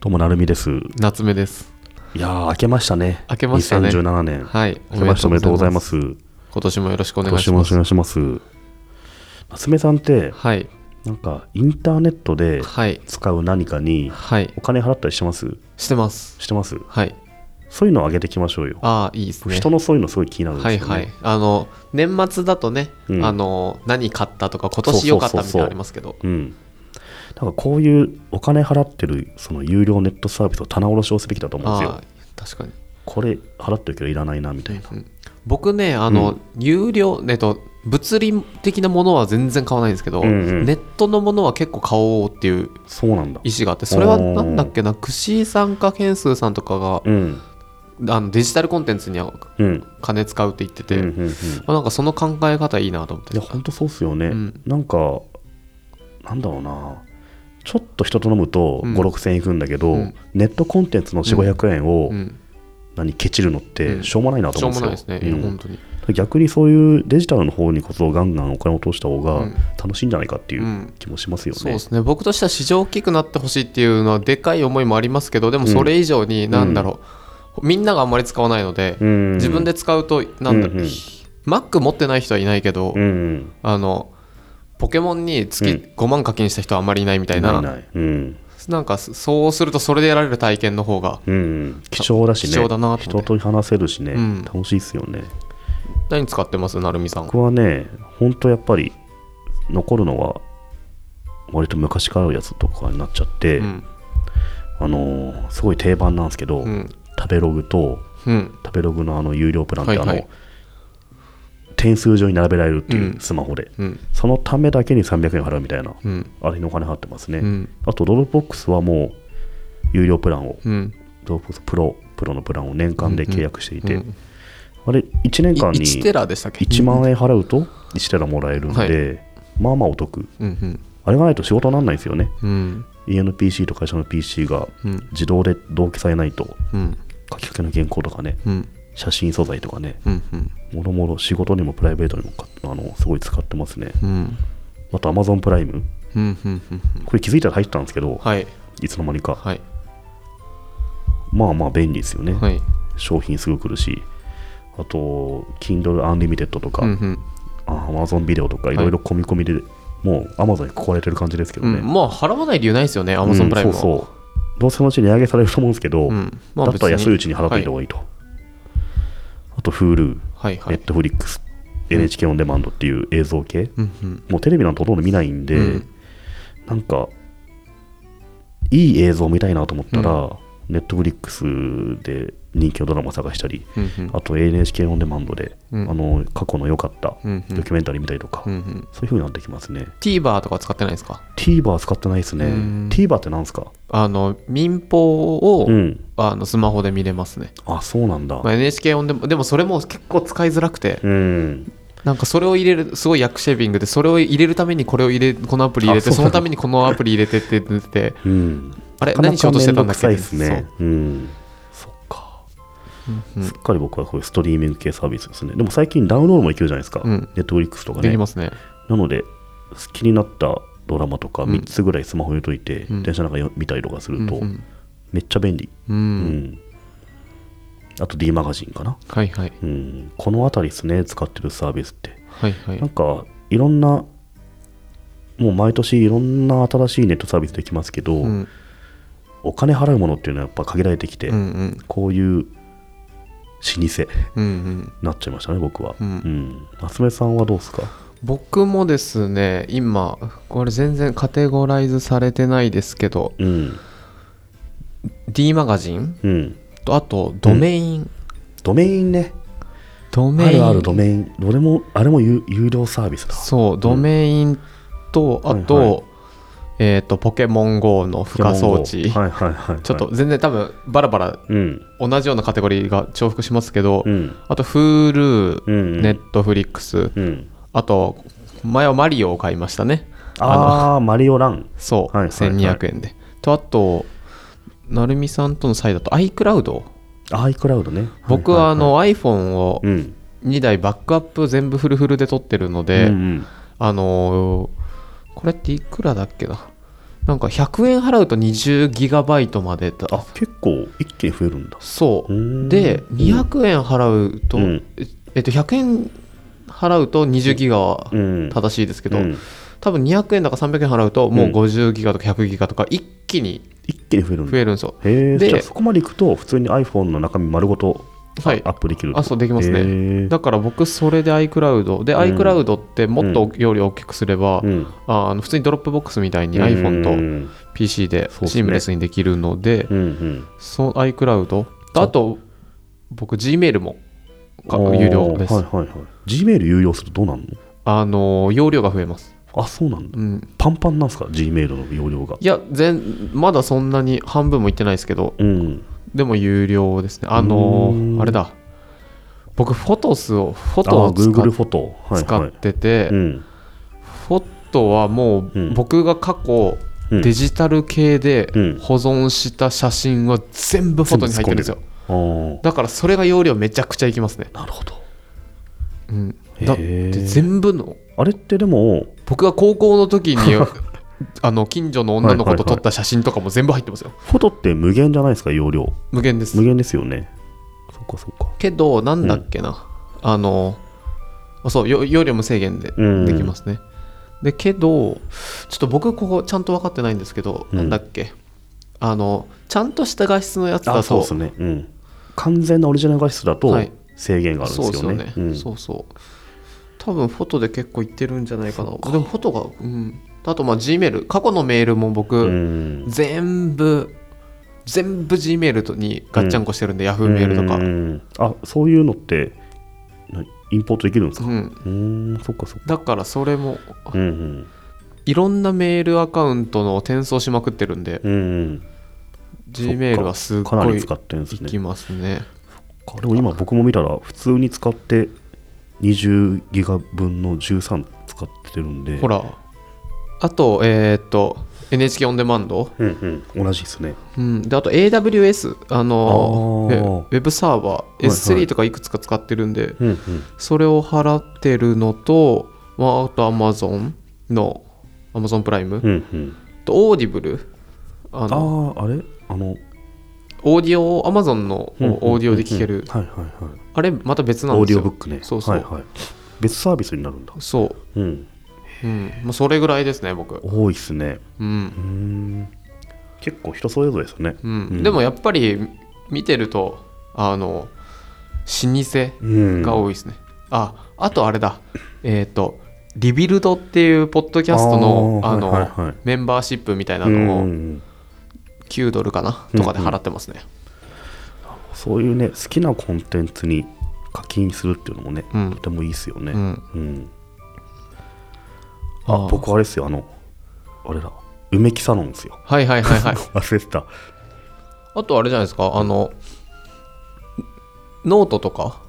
どうも、なるみです。夏目ですいやー、明けましたね。明けましたね2017年。はい明けましたおめでとうございます。今年もよろしくお今願い年しもよまろしくおす願いします。夏目さんって、はいなんか、インターネットではい使う何かにはいお金払ったりしてますしてますしてますはいそういうのを上げていきましょうよ。ああいいですね人のそういうのすごい気になるんはでいすよね。はいあの年末だとね、うんあの何買ったとか今年良かったみたいなのありますけどうん。だからこういうお金払ってるその有料ネットサービスを棚卸しをすべきだと思うんですあよあ。確かに、これ払ってるけどいらないなみたいな。うん僕ねあの、有料えっと物理的なものは全然買わないんですけど、うんうんネットのものは結構買おうっていうそうなんだ。意思があってそれはなんだっけな串井さんかケンスーさんとかがうん。あのデジタルコンテンツにはうん。金使うって言ってて、うんうんうん、いまあ、なんかその考え方いいなと思ってや本当そうっすよね、うんなんかなんだろうなちょっと人と飲むとうん56000円いくんだけど、うんネットコンテンツの4500円を、うん、何ケチるのっうてんしょうもないなとしょ思ううんでもすなよ、いですね、いや本当に、うん逆にそういうデジタルの方にこそガンガンお金を落とした方うがん楽しいんじゃないかっていううん気もしますよそうねで、すね僕としては市場大きくなってほしいっていうのはでかい思いもありますけどでもそれ以上になんだろう、みんながあんまり使わないので、うん自分で使うとなんだろうう、んうん Mac 持ってない人はいないけど、うんうんあのポケモンに月うん5万課金した人はあんまりいないみたいな、ないないうんなんかそそうするとそれでやられる体験の方がうんうん貴重だしね貴重だなと思人ってと話せるしね、うん楽しいっすよね何使ってますなるみさん僕はね本当やっぱり残るのは割と昔からあるやつとかになっちゃって、うんあのーすごい定番なんですけど、うん食べログとうん食べログのあの有料プランって、はいはいあの点数上に並べられるっていううんスマホで、うんそのためだけに300円払うみたいな、うんあれにお金払ってますね、うんあとドロップボックスはもう有料プランをうんドロップボックスプロプロのプランを年間で契約していて、うんあれ1年間に1テラでしたっけ1万円払うと1テラもらえるんで、はいまあまあお得うんあれがないと仕事にならないんですよねうんうん家の PC と会社の PC がうん自動で同期されないとうん書きかけの原稿とかねうん写真素材とかねうんうんもろもろ仕事にもプライベートにもかあのすごい使ってますねうんあと Amazon プライムうんうんうんこれ気づいたら入ってたんですけど、はいい、つの間にか、はいまあまあ便利ですよね、はい商品すぐ来るしあと Kindle Unlimited とか、うんうんあ Amazon ビデオとかいいろいろ込み込みで、もう Amazon に囲われてる感じですけどうね、んまあ払わない理由ないですよねアマゾンプライムうんはそうそうどうせのうち値上げされると思うんですけど、うんまあだったら別安にいうちに払っていた方がいいと、あと Hulu、はいはい Netflix、NHK オンデマンドっていう映像系、うんうんもうテレビなんてほとんど見ないんで、うんなんかいい映像見たいなと思ったら、Netflix で人気のドラマ探したりうんうんあと NHK オンデマンドで、うんあの過去の良かったうんうんドキュメンタリー見たりとか、うんうんそういう風になってきますね TVer とか使ってないですか TVer 使ってないですねうん TVer ってなんですかあの民放をうんあのスマホで見れますねあそうなんだ、まあ NHK オンでもでもそれも結構使いづらくてうんなんかそれを入れるすごい役シェービングでそれを入れるためにこれを入れこのアプリ入れてあそそうなのんだためにこのアプリ入れてって言っててうんあれなかな何しよかうとして面た倒んくだっけさいですねうんそっかそうすっかり僕はこういうストリーミング系サービスですねでも最近ダウンロードもいけるじゃないですか、うん Netflix とかでねきますねなので気になったドラマとかうん3つぐらいスマホ入れといて、うん電車の中よ見たりとかすると、うんめっちゃ便利、うんううんんあと D マガジンかな、はいはいうん、この辺りですね使ってるサービスってはいはいなんかいろんなもう毎年いろんな新しいネットサービスできますけど、うんお金払うものっていうのはやっぱ限られてきて、うんうんこういう老舗にうんうんなっちゃいましたね僕は、うん夏目さんはどうですか僕もですね今これ全然カテゴライズされてないですけどうん D マガジンうんとあとドメインドメインねドメインあるあるドメインどれもあれも有有料サービスだそうドメインとあはいはとえっとポケモン GO の負荷装置はいはいはいはいちょっと全然多分バラバラうん同じようなカテゴリーが重複しますけど、うんあと Hulu、うんネットフリックスうんあと前はマリオを買いましたねのああーマリオランそう、はいはいはい1200円でとあと成美さんとの際だと iCloud アイクラウドね僕はあの iPhone をいいいうん2台バックアップ全部フルフルで撮ってるのうんで、うんあのーこれっていくらだっけななんか100円払うと20ギガバイトまでだあ結構一気に増えるんだそうーうんでうん200円払うと、うんええっと100円払うと20ギガはうん正しいですけけど、多分200円だか300円払うともう50ギガとか100ギガとか一気に一気に増えるん増だえるんですよ、へえでじゃあそこまでいくと普通に iPhone の中身丸ごとはいアップできるあそうできますねへえだから僕それで iCloud で、うん iCloud ってもっとより大きくすれば、うんああの普通にドロップボックスみたいに iPhone うとん PC でそうっすねシームレスにできるので、うんうんその iCloud とあと僕 Gmail もかあー有料です、はいはいはい Gmail 有料するとどうなるのあの容量が増えます、あそうなんだうん、パンパンなんすか Gmail の容量がいや全まだそんなに半分もいってないですけどうんでも有料ですねあうのーんあれだ僕フォトスをフォトあをあ使 Google っフォトはい使はっいてて、うんフォトはもうんう僕が過去うんデジタル系でうん保存した写真は全部フォトに入ってるんですよあーだからそれが容量めちゃくちゃいきますね、なるほどうん、へーだって全部のあれってでも僕が高校の時 にあの近所の女の子と撮った写真とかも全部入ってますよフォトって無限じゃないですか容量無限です無限ですよねそっかそっかけどなんだっけな、あのあそうよ容量無制限でうんできますね、でけどちょっと僕ここちゃんと分かってないんですけど、うんなんだっけあのちゃんとした画質のやつだとあそうですねうん完全なオリジナル画質だとはい制限があるんそうでですすよよね,、ね、うんそうそう多分フォトで結構いってるんじゃないかなそっかでもフォトがうんあとまあ G メール過去のメールも僕、うん全部全部 G メールにガッチャンコしてるんで、Yahoo メールとかうんあそういうのってなインポートできるんですかうんうーんそっかそっかだからそれもうんいろんなメールアカウントの転送しまくってるんで、うんうんそっ G メールはすっかごなりい使ってるんです行ねきますね。あでも今僕も見たら普通に使って20ギガ分の13使ってるんでほら、あと、えーっと、NHK オンデマンド、うんうん同じですねうん、であと AWS、あのあーウェウェブサーバー、はいは S3 いとかいくつか使ってるんで、うんうんそれを払ってるのと、まあ、あと Amazon の Amazon プライム、うんうんと Audible、あのあああれあのオーディオを Amazon のオーディオで聴ける、はいはいはいあれまた別なんオーですディよ。オブックねそうそうはいはい、別サービスになるんだそううんうん、まあ、それぐらいですね僕多いっすねう、うんーん結構人それぞれですねうんうんでもやっぱり見てるとあの老舗うんが多いですね、ああとあれだえっ、とリビルドっていうポッドキャストのあーあの、はいはいはいメンバーシップみたいなうんのうをん9ドルかなとかで払ってますねそういうね好きなコンテンツに課金するっていうのもね、うんとてもいいっすよねうん、うんあー僕あれですよあのあれだ梅木サロンですよはいはいはいはい 忘れてたあとあれじゃないですかあのノートとか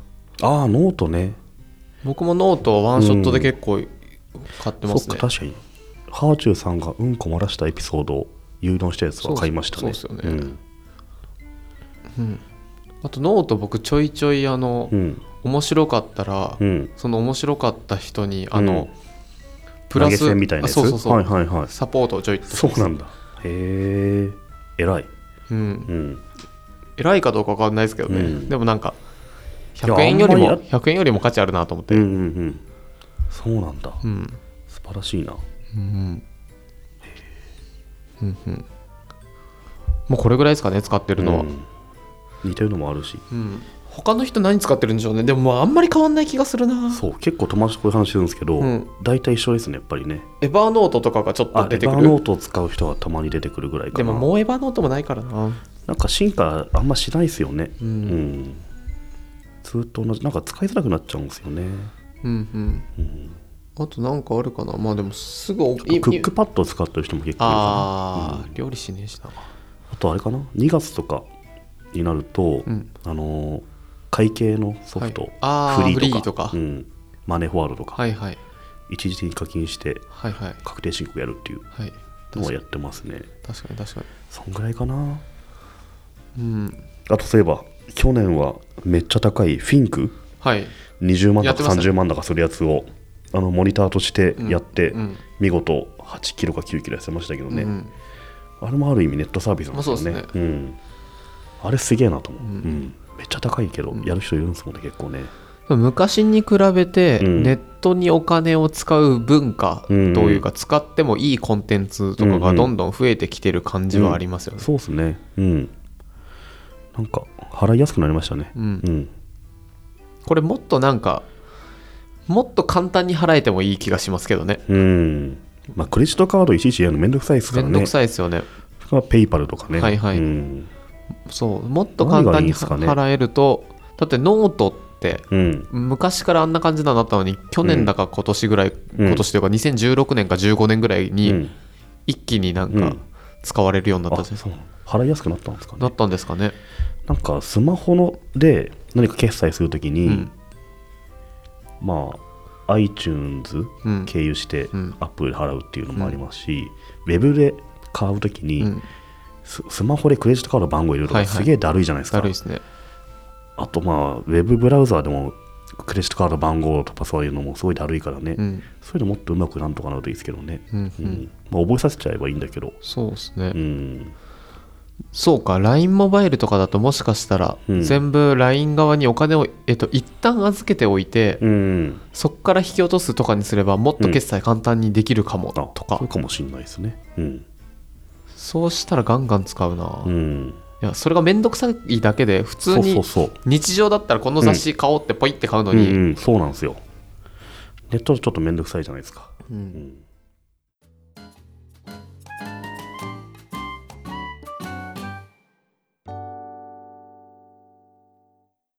ああノートね僕もノートをワンショットで結構買ってますそね、っか確かにハーチューさんがうんこ漏らしたエピソードを誘導したやつは買いましたねそうそうそうっすよねあとノート僕ちょいちょいあの、うんうん面白かったら、うんその面白かった人にあうんの、プラ投げス銭みたいなやつあそうそうそう、はいはいはいサポートをちょいとそうなんだへえ偉いううん、ん偉いかどうかわかんないですけどね、うんでもなんかいや100円よりあんまもり100円よりも価値あるなと思っうてんううんん、うんそうなんだうん素晴らしいなうんうんうんもうこれぐらいですかね使ってるのは、ううんん似てるのもあるし他の人何使ってるんでしょうねでもまああんまり変わんない気がするなそう結構友達とこういう話してるんですけど、うん大体一緒ですねやっぱりねエバーノートとかがちょっあとレ出てバーくノーるトを使う人はたまに出てくるぐらいかなでももうエバーノートもないからななんか進化あんましないですよねううん、んずっと同じなんか使いづらくなっちゃうんですよね、うんうんうん、あとなんかあるかなまあでもすぐおクいッいクパッドを使ってる人も結構いるかああ、料理しねえしななあとあれかな2月とかになると、うんあのー会計のソフト、はいあーフリーとかフリうん、マネーフォワールドとか、はいはい一時的に課金してはいはい確定申告やるっていうはいのはやってますね確かに確かそんぐらいかなにうんあとそういえば去年はめっちゃ高いフィンクはい20万やだってかましたね30万だかするやつをあのモニターとしてやって、うん見事8キロか9キロ痩せましたけどね、うんあれもある意味ネットサービスなんですよね,、まあそうでん、あれすげえなと思う、ううんんめっちゃ高いけど、うんやる人いるんですもんね結構ね昔に比べてうんネットにお金を使う文化とうんいうか使ってもいいコンテンツとかがどんどん増えてきてる感じはありますよね。そうっすねうんなんか払いやすくなりましたねうんうん、これもっとなんかもっと簡単に払えてもいい気がしますけどね。うんまあ、クレジットカードいちいちやるのめんどくさいですかめらんどねくさいですよね。それからペイパルとかねはいはいうん、そうもっと簡何が単いいんにすかね払えると、だってノートってうん、昔からあんな感じなんだったのに去年だか今年ぐらい、ん今年というか2016年か15年ぐらいうにん一気になんうかん使われるようになったあじゃないそですう払いやすくなったんですかかねなったんですかね。なんかスマホので何か決済するときに、うんまあ iTunes うん経由してうんアップルで払うっていうのもありますし、ウェブで買うときに、うんススマホでクレジットカード番号入れるとかはいはいすげえだるいじゃないですか、だるいですね。あとまあウェブブラウザーでもクレジットカード番号とかそういうのもすごいだるいからね、うん、そういうのもっとうまくなんとかなるといいですけどね、うんうんまあ、覚えさせちゃえばいいんだけど、そうですね、うん、そうか LINE モバイルとかだともしかしたらうん全部 LINE 側にお金を、えっと、一旦預けておいて、うん、そこから引き落とすとかにすればもっと決済簡単にできるかもあとか、そうかもしんないですね、うんそうしたらガンガン使うな、ういん、やそれがめんどくさいだけで普そ通うそにうそう日常だったらこの雑誌買おうってポイって買うのに、うんうん、そうなんですよネットだとちょっとめんどくさいじゃないですか、うんうん